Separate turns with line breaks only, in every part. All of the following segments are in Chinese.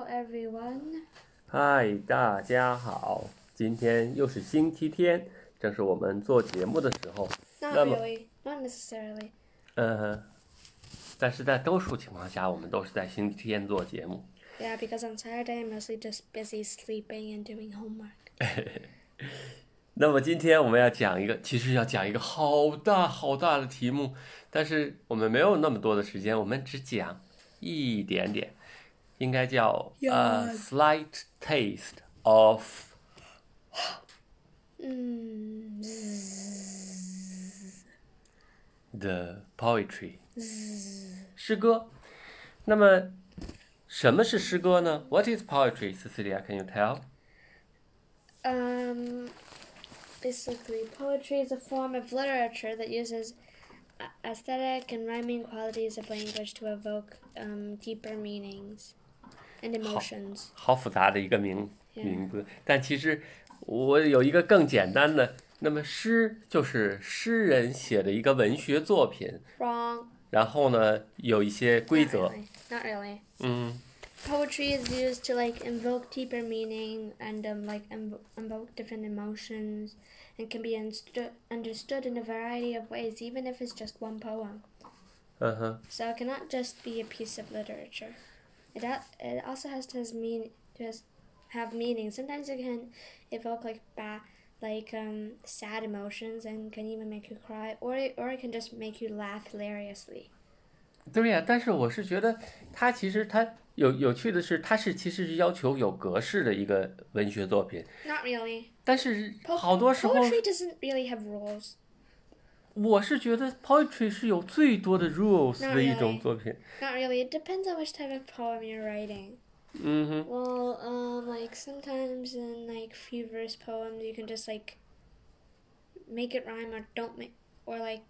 everyone.
嗨，大家好，今天又是星期天，正是我们做节目的时候。
Not
那么-
really, not necessarily.
呃，但是在多数情况下，我们都是在星期天做节目。
Yeah, because on Saturday I'm mostly just busy sleeping and doing homework.
那么今天我们要讲一个，其实要讲一个好大好大的题目，但是我们没有那么多的时间，我们只讲一点点，应该叫呃、
Yes.
slight taste of。
Mm,
the poetry，诗歌。那么，什么是诗歌呢？What is poetry, Cecilia? Can you tell?
um, basically, poetry is a form of literature that uses a- aesthetic and rhyming qualities of language to evoke um, deeper meanings and emotions.
好复杂的一个名名字，但其实我有一个更简单的。那么，诗就是诗人写的一个文学作品，
Wrong.
然后呢，有一些规
Not
则。
really. Not really.
嗯
poetry is used to like invoke deeper meaning and um, like inv- invoke different emotions and can be unstu- understood in a variety of ways even if it's just one poem
嗯哼，
so it cannot just be a piece of literature it, al- it also has to has mean to has have meaning sometimes it can evoke like ba- like um, sad emotions and can even make you cry or it, or it can just make you laugh hilariously
对呀、但是我是觉得它其实它有有趣的是，它是其实是要求有格式的一个文学作品，
not really
但是
Po-
好多时候
poetry doesn't really have rules
我是觉得 poetry 是有最多的 rules
那
的一种
really
作品。
Not really. It depends on which type of poem you're writing.
嗯哼，
Well, um, like sometimes in like few verse poems, you can just like make it rhyme or don't make or like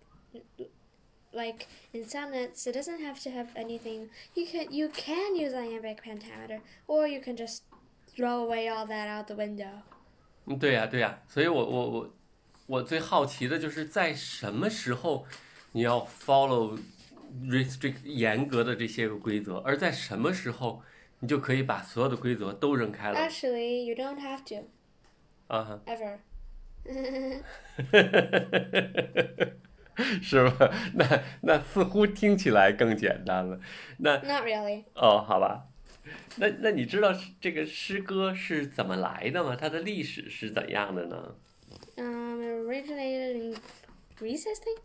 like in sonnets, it doesn't have to have anything. You can you can use iambic pentameter, or you can just throw away all that out the window.
嗯对呀、对呀、所以我我我我最好奇的就是在什么时候你要 follow restrict 严格的这些个规则，而在什么时候你就可以把所有的规则都扔开了
Actually, you don't have to
啊哈。
ever.
是吧？ 那那似乎听起来更简单了。那
Not really.
哦，好吧，那那你知道这个诗歌是怎么来的吗？它的历史是怎样的呢？
Um, it originated in Greece, I think.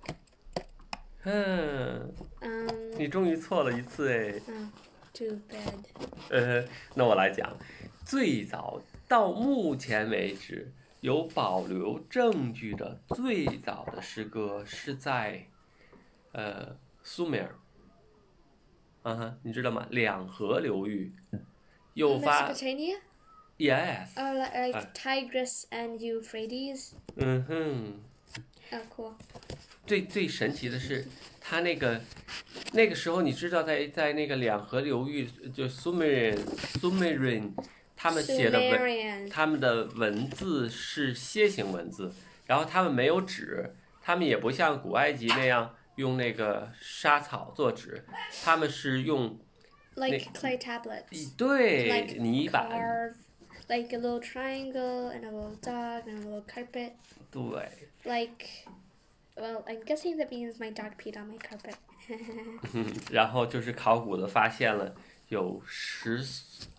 嗯，
Um,
你终于错了一次哎。
oh, too bad.
呃，那我来讲，最早到目前为止有保留证据的最早的诗歌是在，呃，苏美尔，啊哈，你知道吗？两河流域诱发
Mesopotamia?
，yes，
Oh, li- like,
Uh.
Tigris and Euphrates?
嗯哼。
Oh, cool.
最最神奇的是，他那个那个时候，你知道在，在那个两河流域，就 Sumerian Sumerian 他们写的文，
Sumerian.
他们的文字是楔形文字，然后他们没有纸，他们也不像古埃及那样用那个沙草做纸，他们是用
Like clay tablets.
对
Like
泥板，
Carve. Like a little triangle and a little dog and a little carpet.
对，
Like, well, I'm guessing that means my dog peed on my carpet.
嗯， 然后就是考古的发现了有十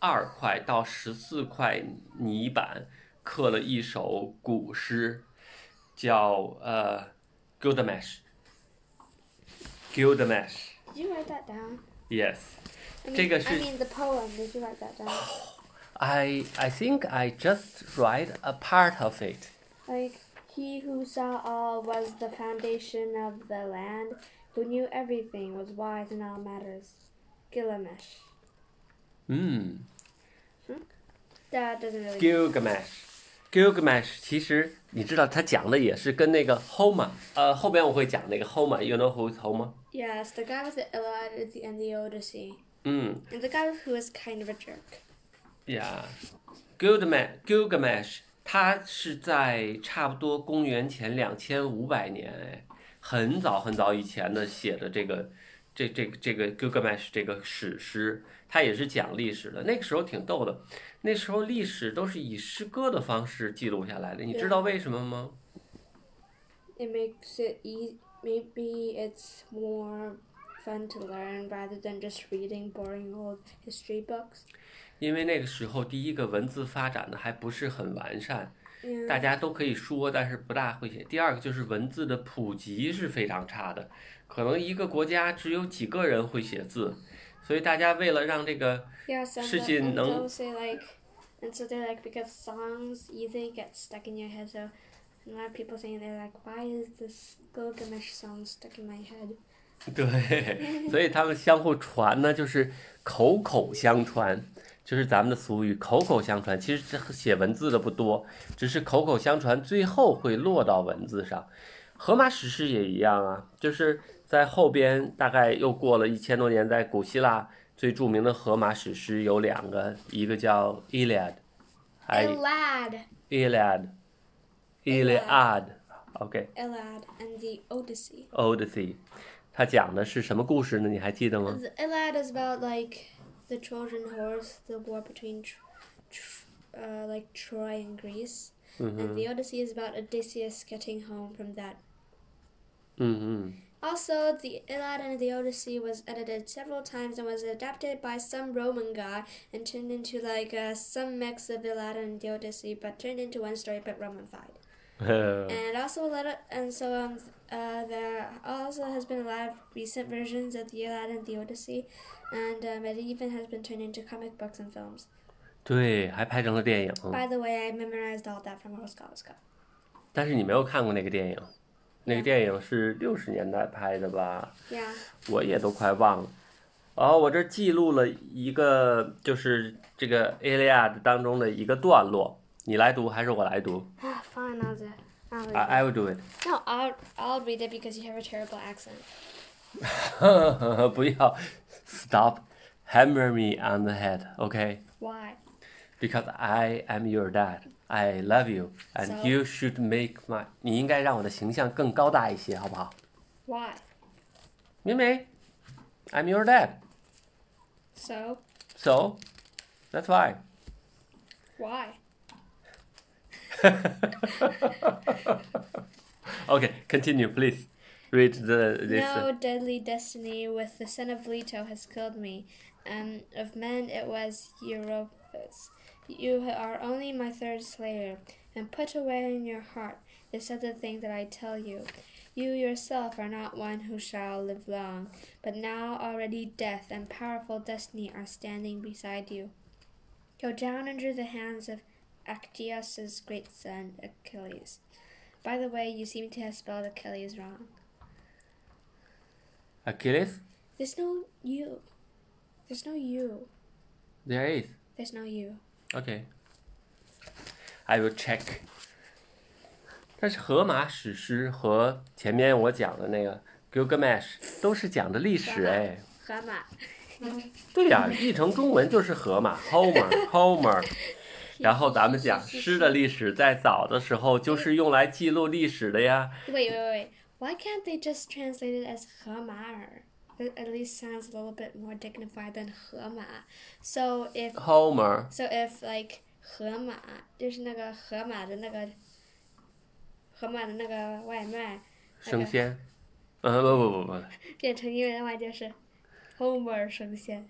二块到十四块泥板刻了一首古诗，叫呃 Gilgamesh。Gilgamesh，yes，
Did you write that down? I
Take
mean, I
a shit.
mean the poem. Did you write that down?
I I think I just read a part of it.
Like, he who saw all was the foundation of the land, who knew everything, was wise in all matters. Gilgamesh.
嗯
That doesn't really.
，Gilgamesh，Gilgamesh，其实你知道他讲的也是跟那个 Homer，呃，后边我会讲那个 Homer，you know who is Homer？
Yes, the guy with the Iliad at the end of the Odyssey.
嗯，
And the guy who was kind of a jerk.
Yeah, Gilgamesh, Gilgamesh，他是在差不多公元前两千五百年，哎，很早很早以前的写的这个这这这个 Gilgamesh 这个史诗，它也是讲历史的。那个时候挺逗的，那时候历史都是以诗歌的方式记录下来的。你知道为什么吗？
It makes it easy. Maybe it's more fun to learn rather than just reading boring old history books.
因为那个时候第一个文字发展的还不是很完善，
Yeah.
大家都可以说，但是不大会写。第二个就是文字的普及是非常差的，可能一个国家只有几个人会写字，所以大家为了让这个
Yeah, some
She didn't
and
know.
they'll say like, and so they're like because songs easily get stuck in your head. So a lot of people saying they're like, why is this Gilgamesh song stuck in my head?
对，所以他们相互传呢，就是口口相传，就是咱们的俗语“口口相传”。其实这写文字的不多，只是口口相传，最后会落到文字上。荷马史诗也一样啊，就是在后边大概又过了一千多年，在古希腊最著名的荷马史诗有两个，一个叫《Iliad》，
哎
还
Elad,
《Iliad》，OK，
Elad, and the Odyssey.
《Odyssey》，它讲的是什么故事呢？你还记得吗？
The Elad is about like the Trojan horse, the war between, tr- tr- uh, like Troy and Greece, and the Odyssey is about Odysseus getting home from that
嗯嗯。
Also, the Iliad and the Odyssey was edited several times and was adapted by some Roman guy and turned into like uh, some mix of Iliad and the Odyssey, but turned into one story but Romanified.
呃
And also a lot of, and so um uh, there also has been a lot of recent versions of the Iliad and the Odyssey, and um, it even has been turned into comic books and films.
对，还拍成了电影，
By the way, I memorized all that from Horoscope.
但是你没有看过那个电影，那个电影是六十年代拍的吧？
Yeah.
我也都快忘了。然后我这记录了一个，就是这个《Iliad》当中的一个段落，你来读还是我来读
Ah, fine, I'll do it. I'll read it.
？I I will do it 。
No, I'll, I'll read it because you have a terrible accent.
不要，Stop hammer me on the head, OK?
Why?
Because I am your dad, I love you, and
So-
you should make my。你应该让我的形象更高大一些，好不好？
Why?
明明，I'm your dad,
So,
so that's why
why?
okay, continue, please. Read the this. uh,
No deadly destiny with the son of Leto has killed me. Um, of men it was Europus. You are only my third slayer, and put away in your heart this other thing that I tell you. You yourself are not one who shall live long, but now already death and powerful destiny are standing beside you. Go down under the hands of Actaeus' great son, Achilles. By the way, you seem to have spelled Achilles wrong.
Achilles,
There's no you. There's no you.
there is.
There's no you.
Okay. I will check. 但是《荷马史诗》和前面我讲的那个《Gilgamesh》都是讲的历史哎。
Gamma.
对呀、译成中文就是河马 （Homer） Homer。然后咱们讲诗的历史，在早的时候就是用来记录历史的呀。
Wait, wait, wait. Why can't they just translate it as Hamar? It at least sounds a little bit more dignified than Hema. So if
Homer，
so if like Hema, 就是那个河马的那个河马的那个外卖变成英文的话就是
生鲜。嗯，不不不不，
Homer 生鲜。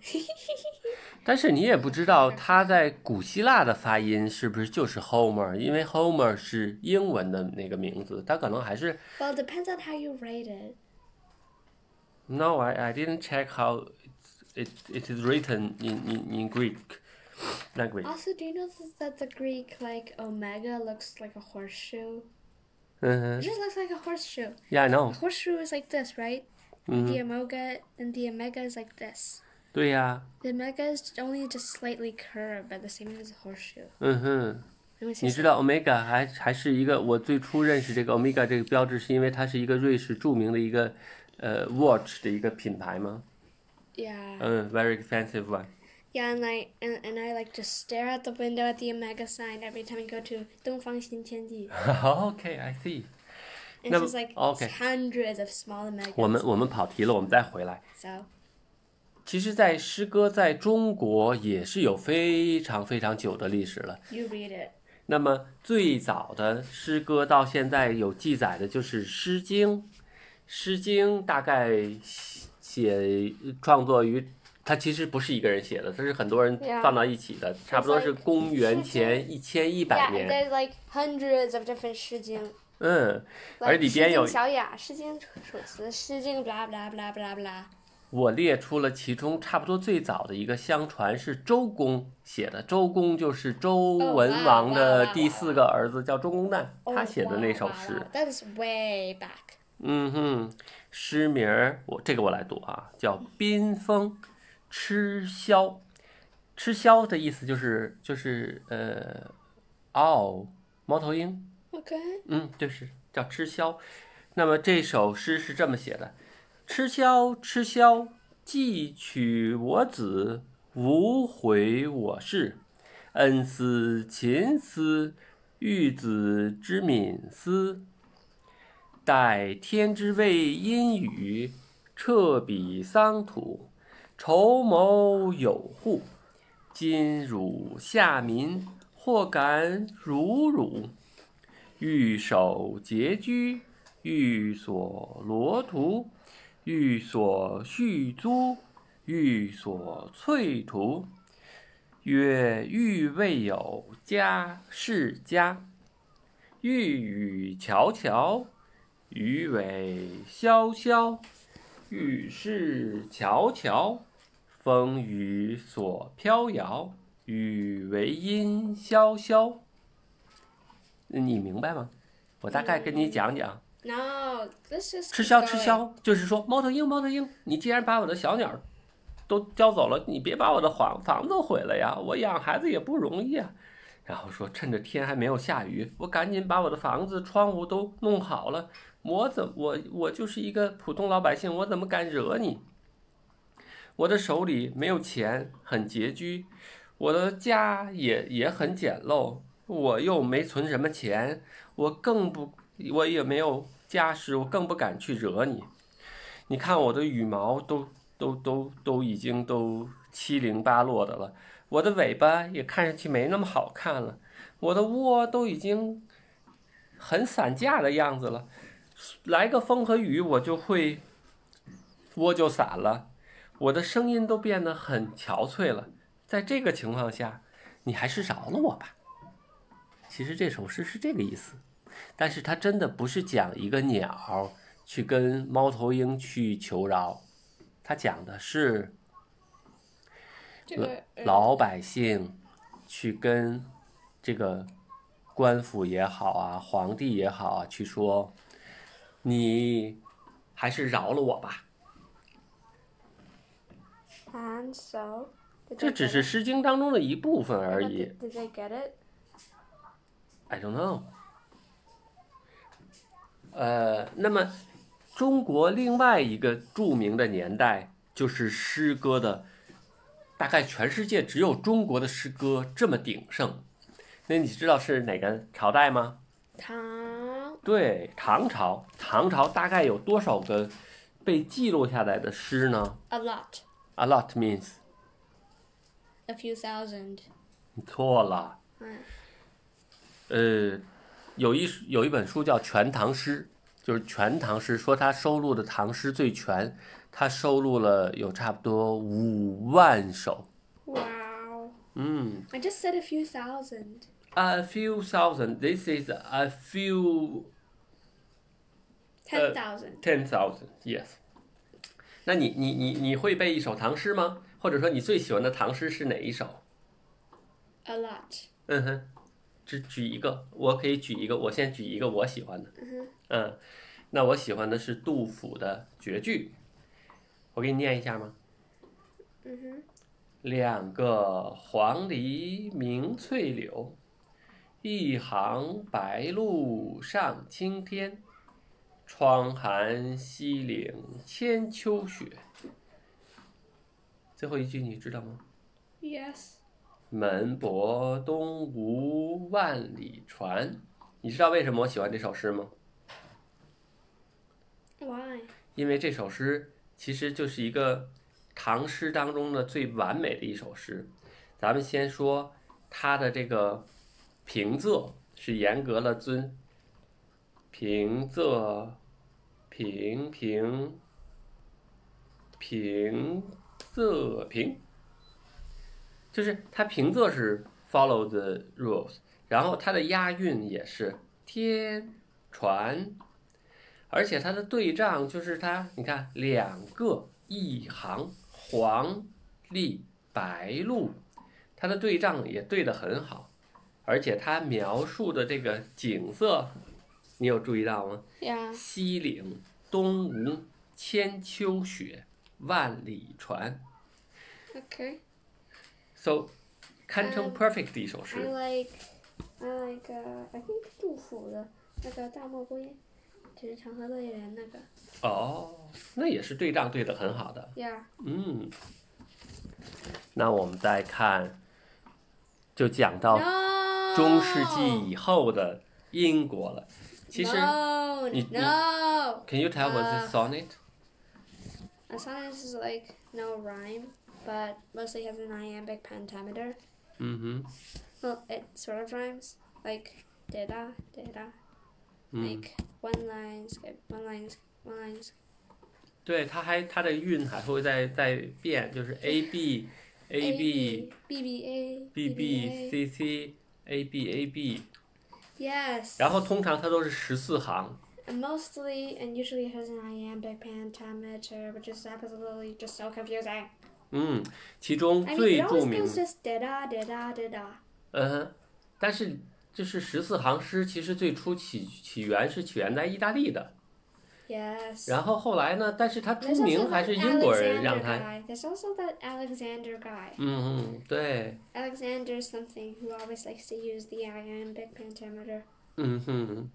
但是你也不知道他在古希腊的发音是不是就是 Homer，因为 Homer 是英文的那个名字，他可能还是
well, it depends on how you rate it.
No, I I didn't check how it it is written in in in Greek language。
Also, do you know th- that the Greek like omega looks like a horseshoe?
嗯
It just looks like a horseshoe.
，Yeah, I know 嗯
A。horseshoe is like this, right?
Mm-hmm.
And the omega and the omega is like this.
对呀、
The omega is only just slightly curved, but the same as a horseshoe.
嗯哼。
It was
你
just-
知道 Omega 还还是一个我最初认识这个 Omega 这个标志，是因为它是一个瑞士著名的一个呃 watch 的一个品牌吗？
yeah.
嗯，very expensive one。
Yeah, and I and, and I like just stare out the window at the omega sign every time I go to Dongfang Xintiandi.
OK, I see.
and
No,
just like
okay.
hundreds of small Americans.
我们我们跑题了，我们再回来。
So
其实，在诗歌在中国也是有非常非常久的历史了。
you read it.
那么最早的诗歌到现在有记载的就是《诗经》，《诗经》大概写创作于，它其实不是一个人写的，它是很多人
Yeah.
放到一起的，差不多是公元前一千一百
Yeah,
年。
there's like hundreds of different 诗经，
嗯，而
like
里边有
诗经小雅、诗经楚辞、诗经 blah blah blah blah blah.
我列出了其中差不多最早的一个，相传是周公写的。周公就是周文王的第四个儿子，叫周公旦，
Oh,
他写的
wow,
那首
wow,
诗。
wow. That is way back.
嗯哼，诗名儿我这个我来读啊，叫《宾风吃枭》。吃枭的意思就是就是呃，哦，猫头鹰，
Okay.
嗯，就是叫吃枭。那么这首诗是这么写的：吃枭，吃枭，既取我子，无悔我事。恩思勤思，欲子之敏思。待天之谓阴雨，彻彼桑土，筹谋有户。今汝下民，或敢辱辱。欲守拮据，欲所罗图，欲所蓄租，欲所淬图。曰欲未有家是家，欲与乔乔，鱼尾萧萧。欲是乔乔，风雨所飘摇，雨为阴萧萧。你明白吗？我大概跟你讲讲，
No, let's just
吃
keep
枭吃
going.
枭，就是说猫头鹰猫头鹰，你既然把我的小鸟都叼走了，你别把我的房房子毁了呀，我养孩子也不容易啊。然后说趁着天还没有下雨，我赶紧把我的房子窗户都弄好了。我怎我我就是一个普通老百姓，我怎么敢惹你？我的手里没有钱，很拮据，我的家也也很简陋，我又没存什么钱，我更不，我也没有家室，我更不敢去惹你。你看我的羽毛都都都都已经都七零八落的了，我的尾巴也看上去没那么好看了，我的窝都已经很散架的样子了，来个风和雨我就会窝就散了，我的声音都变得很憔悴了。在这个情况下，你还是饶了我吧。其实这首诗是这个意思，但是它真的不是讲一个鸟去跟猫头鹰去求饶，它讲的是
这个，呃，
老百姓去跟这个官府也好啊、皇帝也好啊，去说，你还是饶了我吧。
And so, did
这
they
只
get
是《
it?
诗经》当中的一部分
But
而已。
Did did they get it?
I don't know。呃，那么中国另外一个著名的年代就是诗歌的，大概全世界只有中国的诗歌这么鼎盛。那你知道是哪个朝代吗？
唐
对，唐朝。唐朝大概有多少个被记录下来的诗呢
a lot,
？A lot means
a few thousand.
你错了。
嗯
呃，有一有一本书叫《全唐诗》，就是《全唐诗》，说它收录的唐诗最全，它收录了有差不多五万首。
Wow.
嗯
I just said a few thousand.
，a few thousand. This is a few Uh.
Ten thousand.
ten thousand. Yes. 那你你你你会背一首唐诗吗？或者说你最喜欢的唐诗是哪一首？
A lot.
嗯哼，只举一个，我可以举一个，我先举一个我喜欢的。嗯，那我喜欢的是杜甫的绝句，我给你念一下吗？
嗯
两个黄鹂鸣翠柳，一行白鹭上青天。窗含西岭千秋雪。最后一句你知道吗？
哼。Yes.
门泊东吴万里船。你知道为什么我喜欢这首诗吗？
Why?
因为这首诗其实就是一个唐诗当中的最完美的一首诗。咱们先说它的这个平仄是严格了遵平仄平平平仄平，就是它平仄是 follow the rules，然后它的押韵也是天船而且它的对仗就是它，你看两个一行黄历白鹭，它的对仗也对得很好，而且它描述的这个景色，你有注意到吗？
Yeah.
西岭东吴千秋雪，万里船。
Okay.
So，堪称
嗯
perfect 的一首
I
诗。
like. I like. Uh, I think 杜甫的那个《大漠孤烟》，就是《长河落叶人》那个。
哦，那也是对仗对得很好的。
Yeah.
嗯，那我们再看，就讲到
No.
中世纪以后的英国了。其实
No. Uh
你-
No.
，Can you tell what's a sonnet？
A sonnet is like no rhyme, but mostly has an iambic pentameter.
嗯哼，
Well, it sort of rhymes. Like da da da da.
嗯，
Like one line skip, one line skip, one line skip.
对，它还它的韵还会再再变，就是 A B A B
B B A
B B
B A.
C C A B A B，
Yes.
然后通常它都是十四行。
And mostly and usually has an iambic pentameter, which is absolutely just so confusing.
嗯，其中
I mean,
最
it
著
always
名
goes just da da da da da da.
嗯哼，但是就是十四行诗，其实最初起起源是起源在意大利的，
Yes.
然后后来呢，但是它
There's
出
also
名还
that
是英国人
Alexander
让他，
guy. There's also that Alexander guy.
嗯嗯，对，
Alexander something who always likes to use the iambic pentameter.
嗯哼，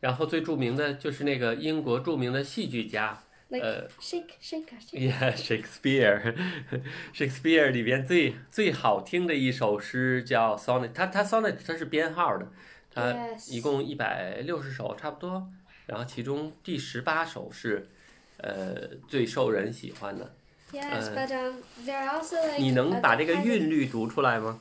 然后最著名的就是那个英国著名的戏剧家，
Like
呃
shake, shake, shake.
Uh, ，Yeah Shakespeare，Shakespeare 里边最最好听的一首诗叫 Sonnet，它它 Sonnet 它是编号的，它
Yes.
一共一百六十首差不多，然后其中第十八首是，呃，最受人喜欢的。
Yes,
Uh,
but um, there are also like.
你能
other
把这个
kinds of-
韵律读出来吗？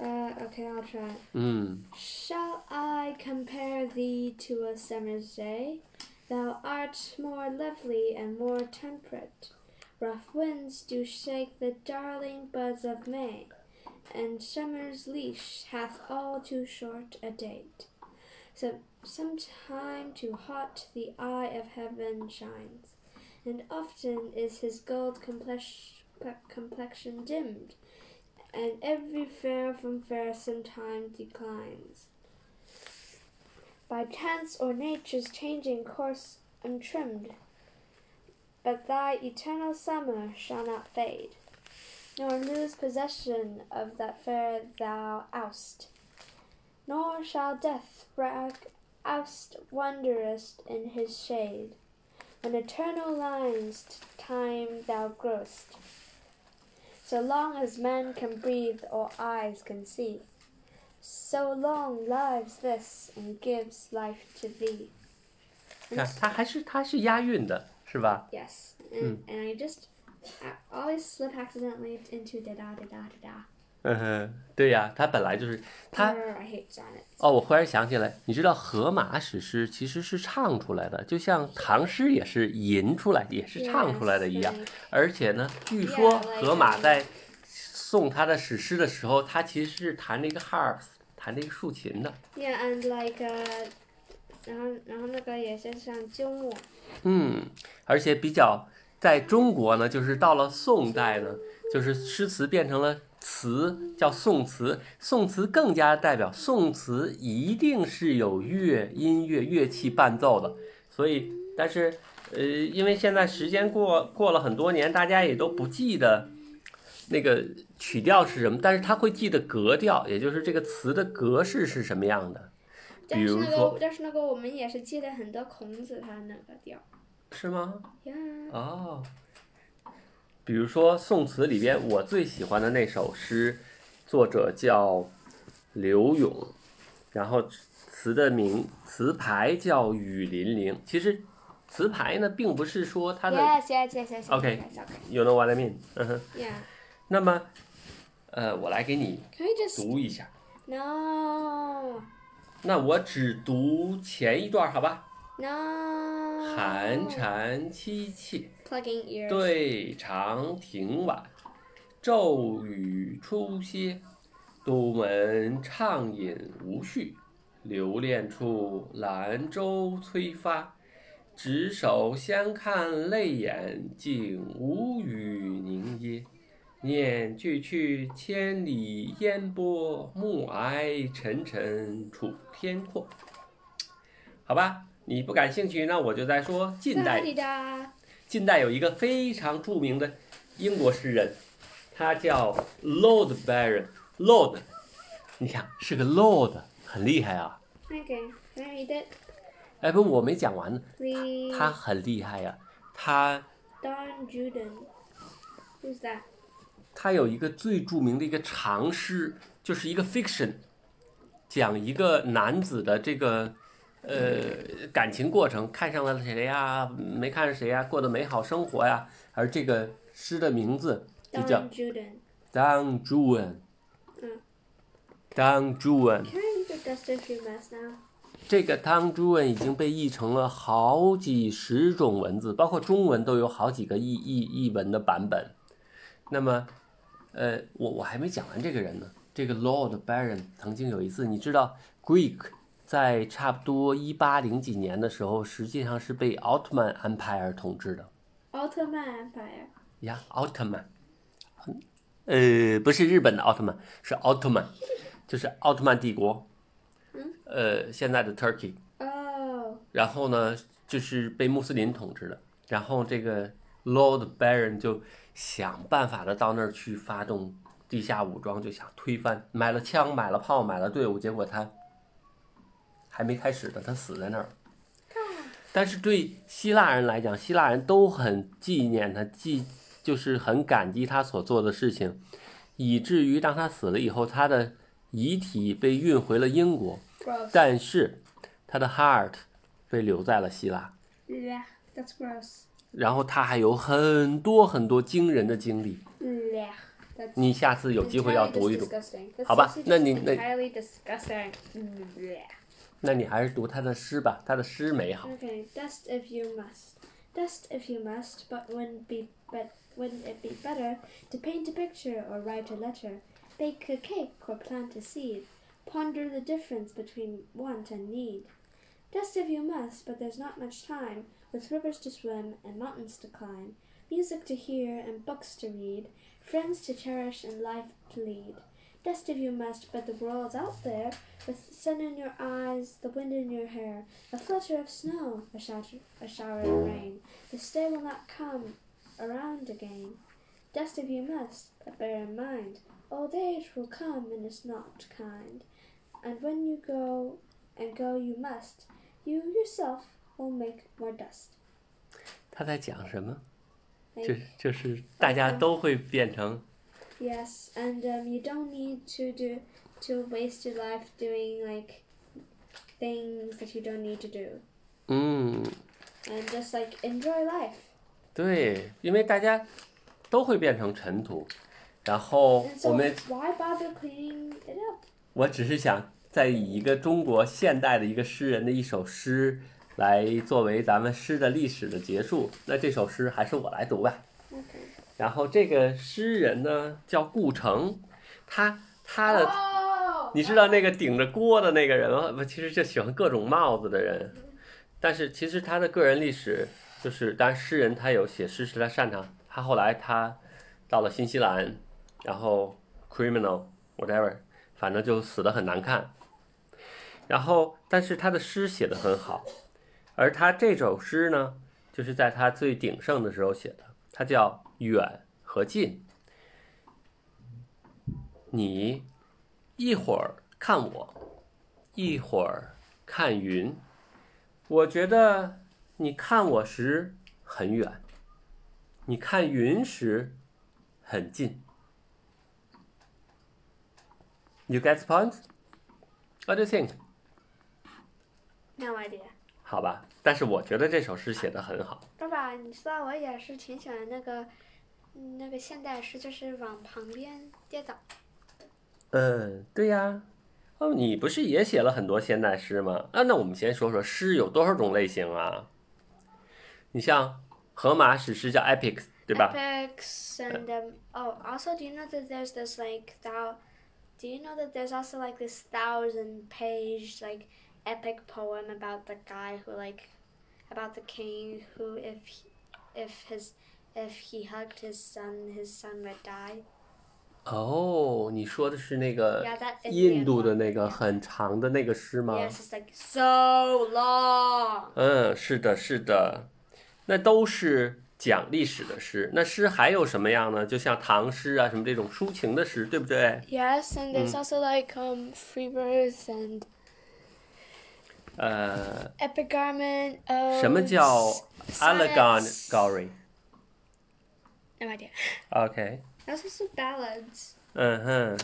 Uh, okay, I'll try.
嗯
Shall I compare thee to a summer's day? Thou art more lovely and more temperate. Rough winds do shake the darling buds of May, and summer's leash hath all too short a date. So sometime too hot the eye of heaven shines, and often is his gold complex- complexion dimmed, and every fair from fair sometime declines. By chance or nature's changing course untrimmed, but thy eternal summer shall not fade, nor lose possession of that fair thou oust, nor shall death rack oust wanderest in his shade, when eternal lines to time thou growest so long as men can breathe or eyes can see. So long lives this and gives life to thee.
看嗯它还是它是押韵的，是吧？
Yes, and, and I just I always slip accidentally into da da da da da da.
嗯哼，对呀，它本来就是它
Brr, I hate sonnets.
哦。我忽然想起来，你知道荷马史诗其实是唱出来的，就像唐诗也是吟出来，也是唱出来的一样。
Yes,
而且呢，据说
Yeah, like,
荷马
um,
在送他的史诗的时候，他其实是弹了一个 harp，弹了一个竖琴的。
like- Yeah, and like uh. 然后，然后那个也是像鸠木，
嗯，而且比较在中国呢，就是到了宋代呢，就是诗词变成了词，叫宋词。宋词更加代表，宋词一定是有乐音乐乐器伴奏的，所以，但是，呃，因为现在时间过过了很多年，大家也都不记得。那个曲调是什么？但是他会记得格调，也就是这个词的格式是什么样的，比如说-
oh, 但是那个但是那个我们也是记得很多孔子他那个调，Yeah，
是吗？哦，比如说宋词里边我最喜欢的那首诗，作者叫柳永，然后词的名词牌叫《雨霖铃》。其实词牌呢，并不是说它的
Yes, yes, yes, yes.
Okay.
Yes, okay.
you know what I mean？嗯哼，
Yeah.
那么，呃，我来给你
Can we just
读一下。
no
那我只读前一段，好吧？
no
寒蝉凄切，
plugging ears.
对长亭晚，骤雨初歇。独门畅饮无绪，留恋处兰舟催发。执手相看泪眼，竟无语凝噎。念去去千里烟波，暮霭沉沉楚天阔。好吧，你不感兴趣，那我就再说近代
Da-di-da.
近代有一个非常著名的英国诗人，他叫 Lord Byron。Lord，你看是个 Lord，很厉害啊！
Okay. Can I read it?
哎，不，我没讲完呢。
Please.
他很厉害呀、他
Don Juden. Who's that?
他有一个最著名的一个长诗，就是一个 fiction，讲一个男子的这个呃感情过程，看上了谁呀、没看上谁呀、过得美好生活呀、而这个诗的名字就
Don
叫
Juden.
Dang Juan，
嗯
，Dang Juan，
Can I read the dust of your mess now?
这个 Dang Juan 已经被译成了好几十种文字，包括中文都有好几个译译译文的版本。那么，呃，我我还没讲完这个人呢。这个 Lord Byron 曾经有一次，你知道 Greek 在差不多一八零几年的时候，实际上是被奥特曼安排尔统治的。
Ultima Empire.
呀，奥特曼，呃，不是日本的奥特曼，是奥特曼，就是奥特曼帝国，呃，现在的 Turkey，
Oh.
然后呢，就是被穆斯林统治的，然后这个 Lord Baron 就想办法的到那儿去发动地下武装，就想推翻，买了枪，买了炮，买了队伍，结果他还没开始呢，他死在那儿了。但是对希腊人来讲，希腊人都很纪念他，记就是很感激他所做的事情，以至于当他死了以后，他的遗体被运回了英国，
Gross.
但是他的 heart 被留在了希腊，
Yeah. That's gross.
然后他还有很多很多惊人的经历，
Yeah. That's
你下次有机会要
entirely
读一读。
disgusting. That's
好吧
actually
那
just
你那
entirely disgusting. Mm, Yeah.
那你还是读他的诗吧，他的诗美好。
Okay, dust if you must, dust if you must, but wouldn't be but wouldn't it be better to paint a picture or write a letter, bake a cake or plant a seed, ponder the difference between want and need? Dust if you must, but there's not much time, with rivers to swim and mountains to climb, music to hear and books to read, friends to cherish and life to lead. Dust if you must, but the world's out there, with sun in your eyes, the wind in your hair, a flutter of snow, a, shatter, a shower of rain. This day will not come around again. Dust if you must, but bear in mind, old age will come and is not kind. And when you go, and go you must, you yourself will make more dust.
他在讲什么？
Like,
就是就是大家都会变成
yes, and um, you don't need to do to waste your life doing like things that you don't need to do,
嗯，
and just like enjoy life.
对，因为大家都会变成尘土。然后
And
我
so
们，
why bother cleaning it up?
我只是想再以一个中国现代的一个诗人的一首诗来作为咱们诗的历史的结束。那这首诗还是我来读吧。
Okay.
然后这个诗人呢叫顾城，他他
哦
的你知道那个顶着锅的那个人吗？不，其实就喜欢各种帽子的人，但是其实他的个人历史就是，当然诗人他有写诗是他擅长，他后来他到了新西兰，然后 criminal whatever，反正就死的很难看。然后，但是他的诗写的很好，而他这首诗呢，就是在他最鼎盛的时候写的，它叫《远和近》。你一会儿看我，一会儿看云，我觉得你看我时很远，你看云时很近。You get the point? What do you think?
No idea.
好吧。但是我觉得这首诗写的很好。
爸爸，你知道我也是挺喜欢那个，嗯那个现代诗，就是往旁边跌倒。
嗯，对呀。哦，你不是也写了很多现代诗吗？啊，那我们先说说诗有多少种类型啊？你像荷马史诗叫 epics，对吧？
Epics and um, oh, also, do you know that there's this like thou? Do you know that there's also like this thousand-page like epic poem about the guy who like, about the king who if he, if his if he hugged his son, his son would die.
哦，你说的是那个
Yeah, that is
印度的那个很长的那个诗吗？
Yes, it's like so long.
嗯，是的，是的，那都是讲历史的诗。那诗还有什么样呢？就像唐诗啊，什么这种抒情的诗，对不对？
Yes, and there's
Mm.
also like um free verse and
呃，
epic garment. Um,
什么叫
sonnets
allegory？OK，、
No idea. That's also ballads.
嗯哼，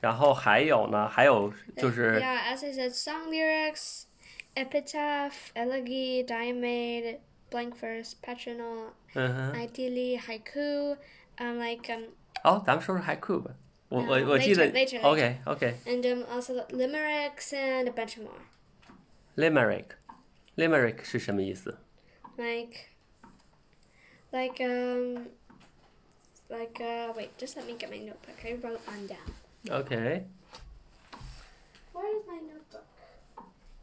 然后还有呢，还有就是
Yeah, as I said, song lyrics, epitaph, elegy, diamade, blank verse, patronal,
嗯哼，
ideally, haiku, um, like um,
好、咱们说说 haiku 吧。我我
嗯
我记得
later，later，later
，OK OK
and um, also limericks and a bunch more.
limerick limerick 是什么意思？
Like, like um, like uh, wait, just let me get my notebook. I wrote one down.
OK，
Where is my notebook?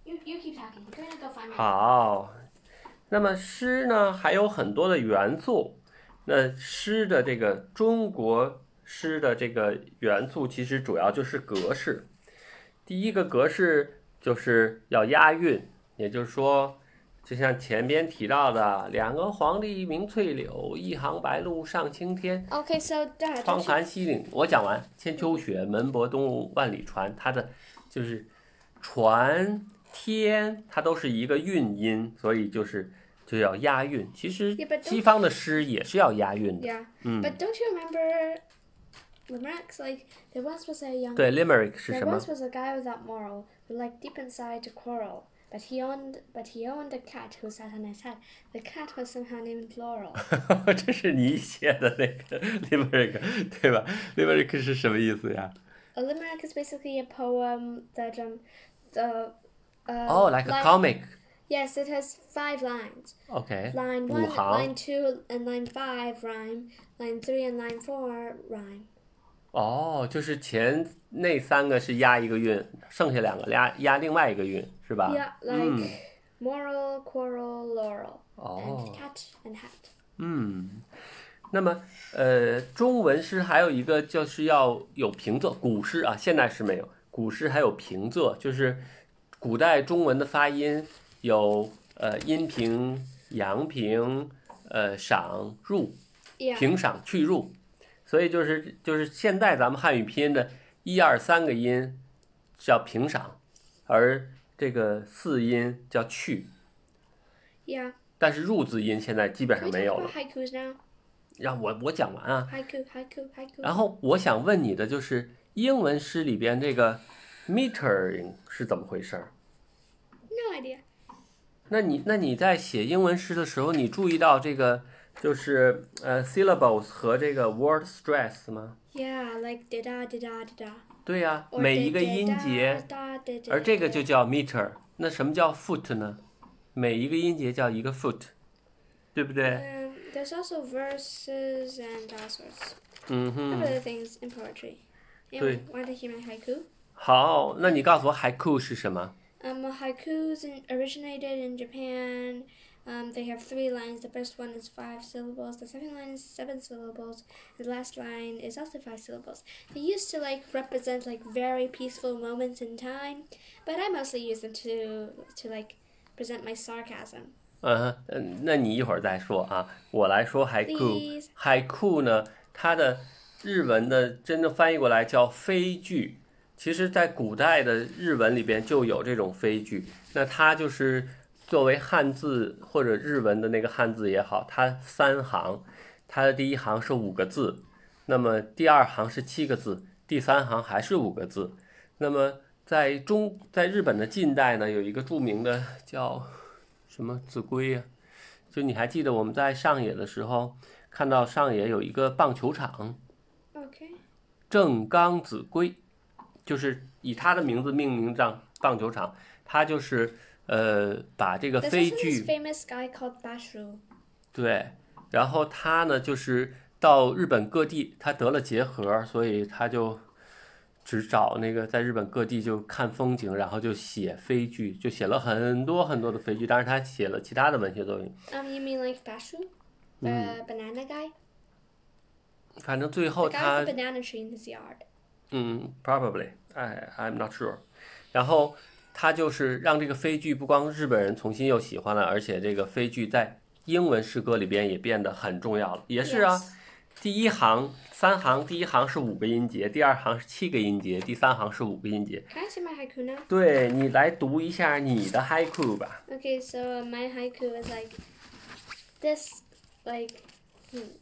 You you keep talking. I'm gonna go find it.
好，那么诗呢还有很多的元素。那诗的这个中国诗的这个元素，其实主要就是格式。第一个格式就是要押韵，也就是说，就像前边提到的“两个黄鹂鸣翠柳，一行白鹭上青天，
Okay, so Dad,
窗含西岭”。我讲完，“千秋雪，门泊东吴万里船”，它的就是船、天，它都是一个韵音，所以就是就要押韵。其实
Yeah, but don't-
西方的诗也是要押韵的。
Yeah.
Mm.
But don't you remember limericks? Like there once was a young
对，limerick 是
there
什么
once was a guy without moral who liked deep inside to quarrel. But he owned but he owned a cat who sat on his head. The cat was somehow named Laurel.
这是你写的那个 limerick 对吧？limerick 是什么意思呀？
a limerick is basically a poem that um the uh,
哦、l i k e a comic。
Yes, it has five lines.
OK，
Line
五
one,
行
line two, and line five rhyme. Line three and line four rhyme.
哦，就是前那三个是押一个韵，剩下两个押押另外一个韵，是吧
Yeah, like
Mm.
moral, quarrel, laurel,
Oh.
and cat and hat.
嗯，那么呃，中文诗还有一个就是要有平仄，古诗啊，现代诗没有，古诗还有平仄，就是古代中文的发音有呃阴平、阳平、呃赏、入、
Yeah.
平赏去入，所以就是就是现在咱们汉语拼音的一二三个音叫平赏，而这个四音叫去，
yeah.
但是入字音现在基本
Can
上
we
没有
talk
了
about。haikus now?
让我我讲完啊，
Haiku, haiku, haiku.
然后我想问你的就是英文诗里边这个 metering 是怎么回事儿？
No idea.
那你那你在写英文诗的时候，你注意到这个就是呃 syllables 和这个 word stress 吗？
Yeah, like da da da da da da.
对呀、每一个音节，
Da, da, da,
而这个就叫 meter。那什么叫 foot 呢？每一个音节叫一个 foot，对不对？
Um, there's also verses and all sorts
嗯
of
哼，
other things in poetry.
Three.
You want to hear my haiku?
好，那你告诉我 haiku 是什么？
Um, well, haikus in, originated in Japan. Um, they have three lines. The first one is five syllables. The second line is seven syllables. The last line is also five syllables. They used to like represent like very peaceful moments in time, but I mostly use them to to like present my sarcasm.
嗯，嗯，那你一会儿再说啊，我来说海库
Please。
海库呢，它的日文的真正翻译过来叫飞句。其实，在古代的日文里边就有这种飞句，那它就是作为汉字或者日文的那个汉字也好，它三行，它的第一行是五个字，那么第二行是七个字，第三行还是五个字。那么在中在日本的近代呢，有一个著名的叫什么子规呀、就你还记得我们在上野的时候，看到上野有一个棒球场，
Okay.
正刚子规，就是以他的名字命名棒棒球场，他就是呃把这个
This
飞
is
剧
this famous guy called Basho.
对，然后他呢，就是到日本各地，他得了结核，所以他就只找那个在日本各地就看风景，然后就写飞剧，就写了很多很多的飞剧。当然，他写了其他的文学作品，
Um, you mean like Basho, the banana guy,
反正最
the
后
guy
他
with the banana tree in his yard.
嗯，probably，哎，I'm not sure。然后他就是让这个飞剧不光日本人重新又喜欢了，而且这个飞剧在英文诗歌里边也变得很重要了。也是啊，
Yes.
第一行三行，第一行是五个音节，第二行是七个音节，第三行是五个音节。
Can I say my haiku now?
对你来读一下你的 haiku 吧。
Okay, so uh, my haiku is like this, like hmm,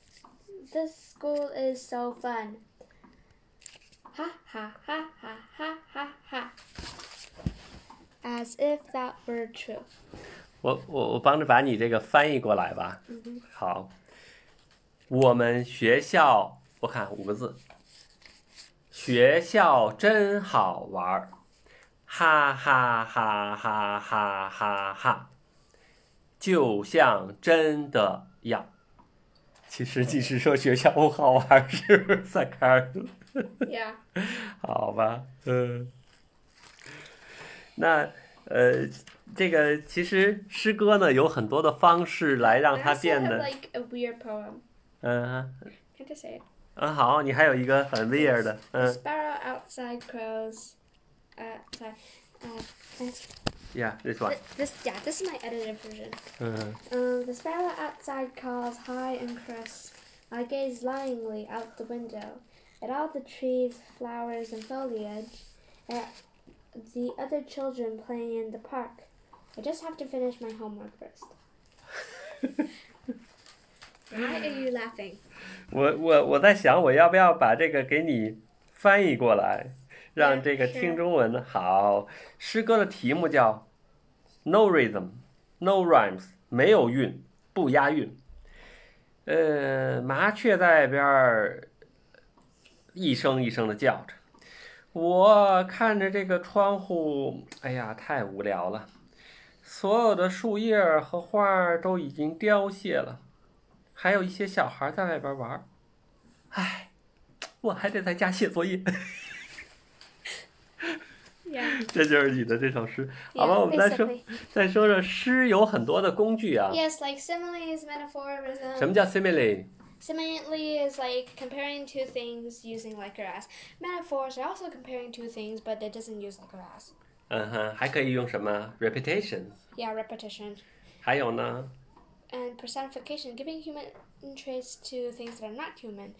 this school is so fun. Ha ha ha ha ha ha ha. As if that were true.
我我我帮着把你这个翻译过来吧。好，我们学校，我看五个字，学校真好玩儿，哈哈哈哈哈哈哈，就像真的一样。其实你是说学校不好玩儿，是不是在开儿？
yeah.
好吧，嗯，那呃，这个其实诗歌呢有很多的方式来让
I
它
also
变
have
得，
like a weird poem.
嗯
Can I just say it?
嗯，好，你还有一个很 weird 的，嗯
Sparrow outside crows. Uh, sorry. Uh, this,
，Yeah，this one，
this, yeah, this is my edited version.
嗯
Um, the sparrow outside caws high and crisp. I gaze longingly out the window at all the trees, flowers, and foliage, at the other children playing in the park. I just have to finish my homework first. Why are you laughing?
我我我在想我要不要把这个给你翻译过来，让
Yeah，
这个
sure
听中文好。诗歌的题目叫 No rhythm，No rhymes，没有韵，不押韵。呃，麻雀在边儿一声一声的叫着。我看着这个窗户，哎呀，太无聊了。所有的树叶儿和花儿都已经凋谢了，还有一些小孩儿在外边玩儿。唉，我还得在家写作业。
Yeah.
这就是你的这首诗，好吧？我
yeah
们再说
basically.
再说说诗有很多的工具啊。
Yes, like similes,
什么
metaphorism.
叫 simile？
Simile is like comparing two things using like or as. Metaphors are also comparing two things, but it doesn't use like or as.
嗯哼，还可以用什么 reputation？
Yeah, repetition.
还有呢？
and personification, giving human traits to things that are not human.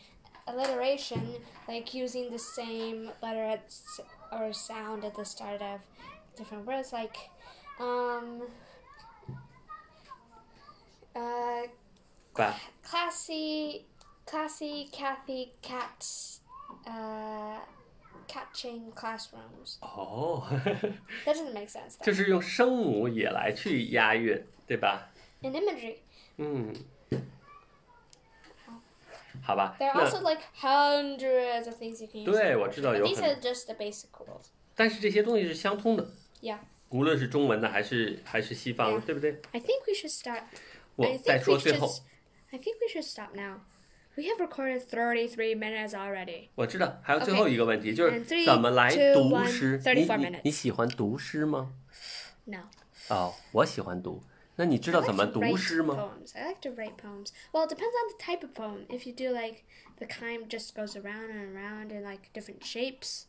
Alliteration, like using the same letter at s- or sound at the start of different words, like um, uh,
把
classy, classy, Kathy, cat, uh, catching classrooms.
哦，
That doesn't make sense.
就
Though.
是用声母也来去押韵，对吧？
In imagery,
嗯，好吧。
there are
那
also like hundreds of things you can use.
对，我知道
But
有
these
很
are
多，
just the basic rules.
但是这些东西是相通的。
Yeah.
无论是中文的还是还是西方的，
Yeah
对不对？
I think we should start.
我
I
再
think
说
we
最
should.
后，
I think we should stop now. We have recorded thirty-three minutes already.
我知道还有最后
Okay
一个问题，就是
And 嗯 three,
怎么来
two,
读
one,
诗？
34
你你
minutes
你喜欢读诗吗？
No.
哦，我喜欢读。那你知道
I
怎
like
么
to
读
write
诗吗？
poems. I like to write poems. Well, it depends on the type of poem. If you do like the kind just goes around and around in like different shapes,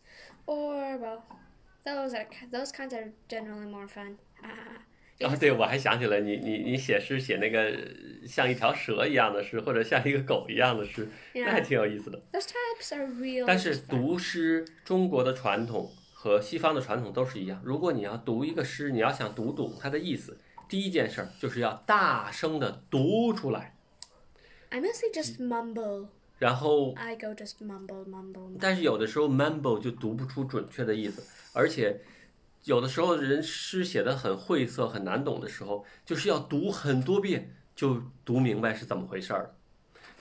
or well, those are those kinds are generally more fun.
啊，对，我还想起来，你你你写诗写那个像一条蛇一样的诗，或者像一个狗一样的诗，那还
yeah,
挺有意思的。
those types are real.
但是
fun.
读诗，中国的传统和西方的传统都是一样。如果你要读一个诗，你要想读懂它的意思，第一件事儿就是要大声的读出来，
I mostly just mumble.
然后
I go just mumble, mumble. mumble.
但是有的时候 mumble 就读不出准确的意思，而且有的时候人诗写的很晦涩、很难懂的时候，就是要读很多遍就读明白是怎么回事儿了。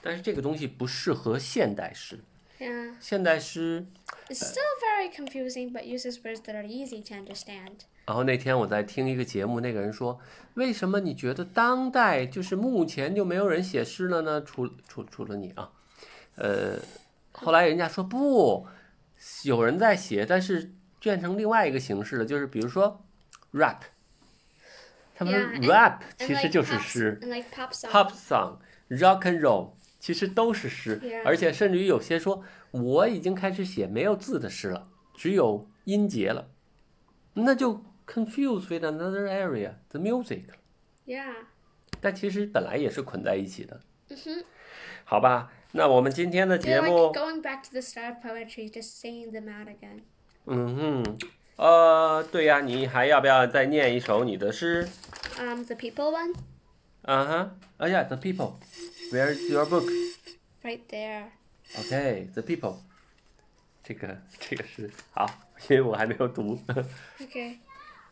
但是这个东西不适合现代诗，
Yeah.
现代诗
It's still very confusing, but uses words that are easy to understand.
然后那天我在听一个节目，那个人说：“为什么你觉得当代就是目前就没有人写诗了呢？除除除了你啊，呃，后来人家说不，有人在写，但是变成另外一个形式了，就是比如说 rap，他们说
Yeah, and-
rap
And
其实
like
就
pop,
是
s-
诗
And like pop songs.
，pop song、rock and roll 其实都是啊诗
Yeah.，
而且甚至于有些说我已经开始写没有字的诗了，只有音节了，那就 confuse with another area the music 了
Yeah.
但其实本来也是捆在一起的，好吧？那我们嗯今天的
They're
节
like
目，
going back to the start of poetry, just saying them out again.
嗯哼，呃，对呀、你还要不要再念一首你的诗？
Um, the people one,
啊哈，哎呀，The people，Where's your book？
right there.
OK，The、People，这个这个是好，因为我还没有读。
Okay.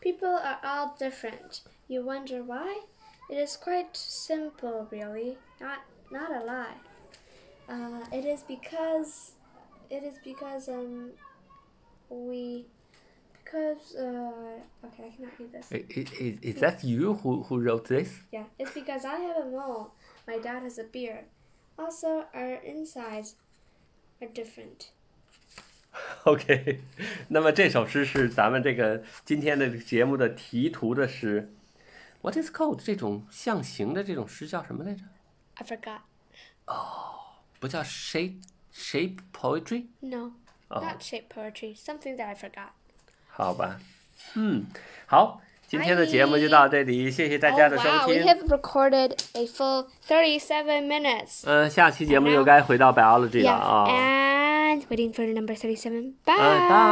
People are all different. You wonder why? It is quite simple, really. Not not a lie. Uh, it is because it is because um we because uh okay I cannot read this.
is, is, is that you who who wrote this？
Yeah, it's because I have a mole. My dad has a beard. Also, our insides are different.
OK，那么这首诗是咱们这个今天的节目的题图的诗。What is called 这种象形的这种诗叫什么来着？
I forgot.
不叫 shape shape poetry？
No,
哦
not shape poetry. Something that I forgot.
好吧，嗯，好，今天的节目就到这里，谢谢大家的
oh,
收
wow, we
听。
have recorded a full 37 minutes.
嗯、下期节目又该回到 biology 了
yeah,
啊，
and waiting for the number 37. Bye.
嗯，拜。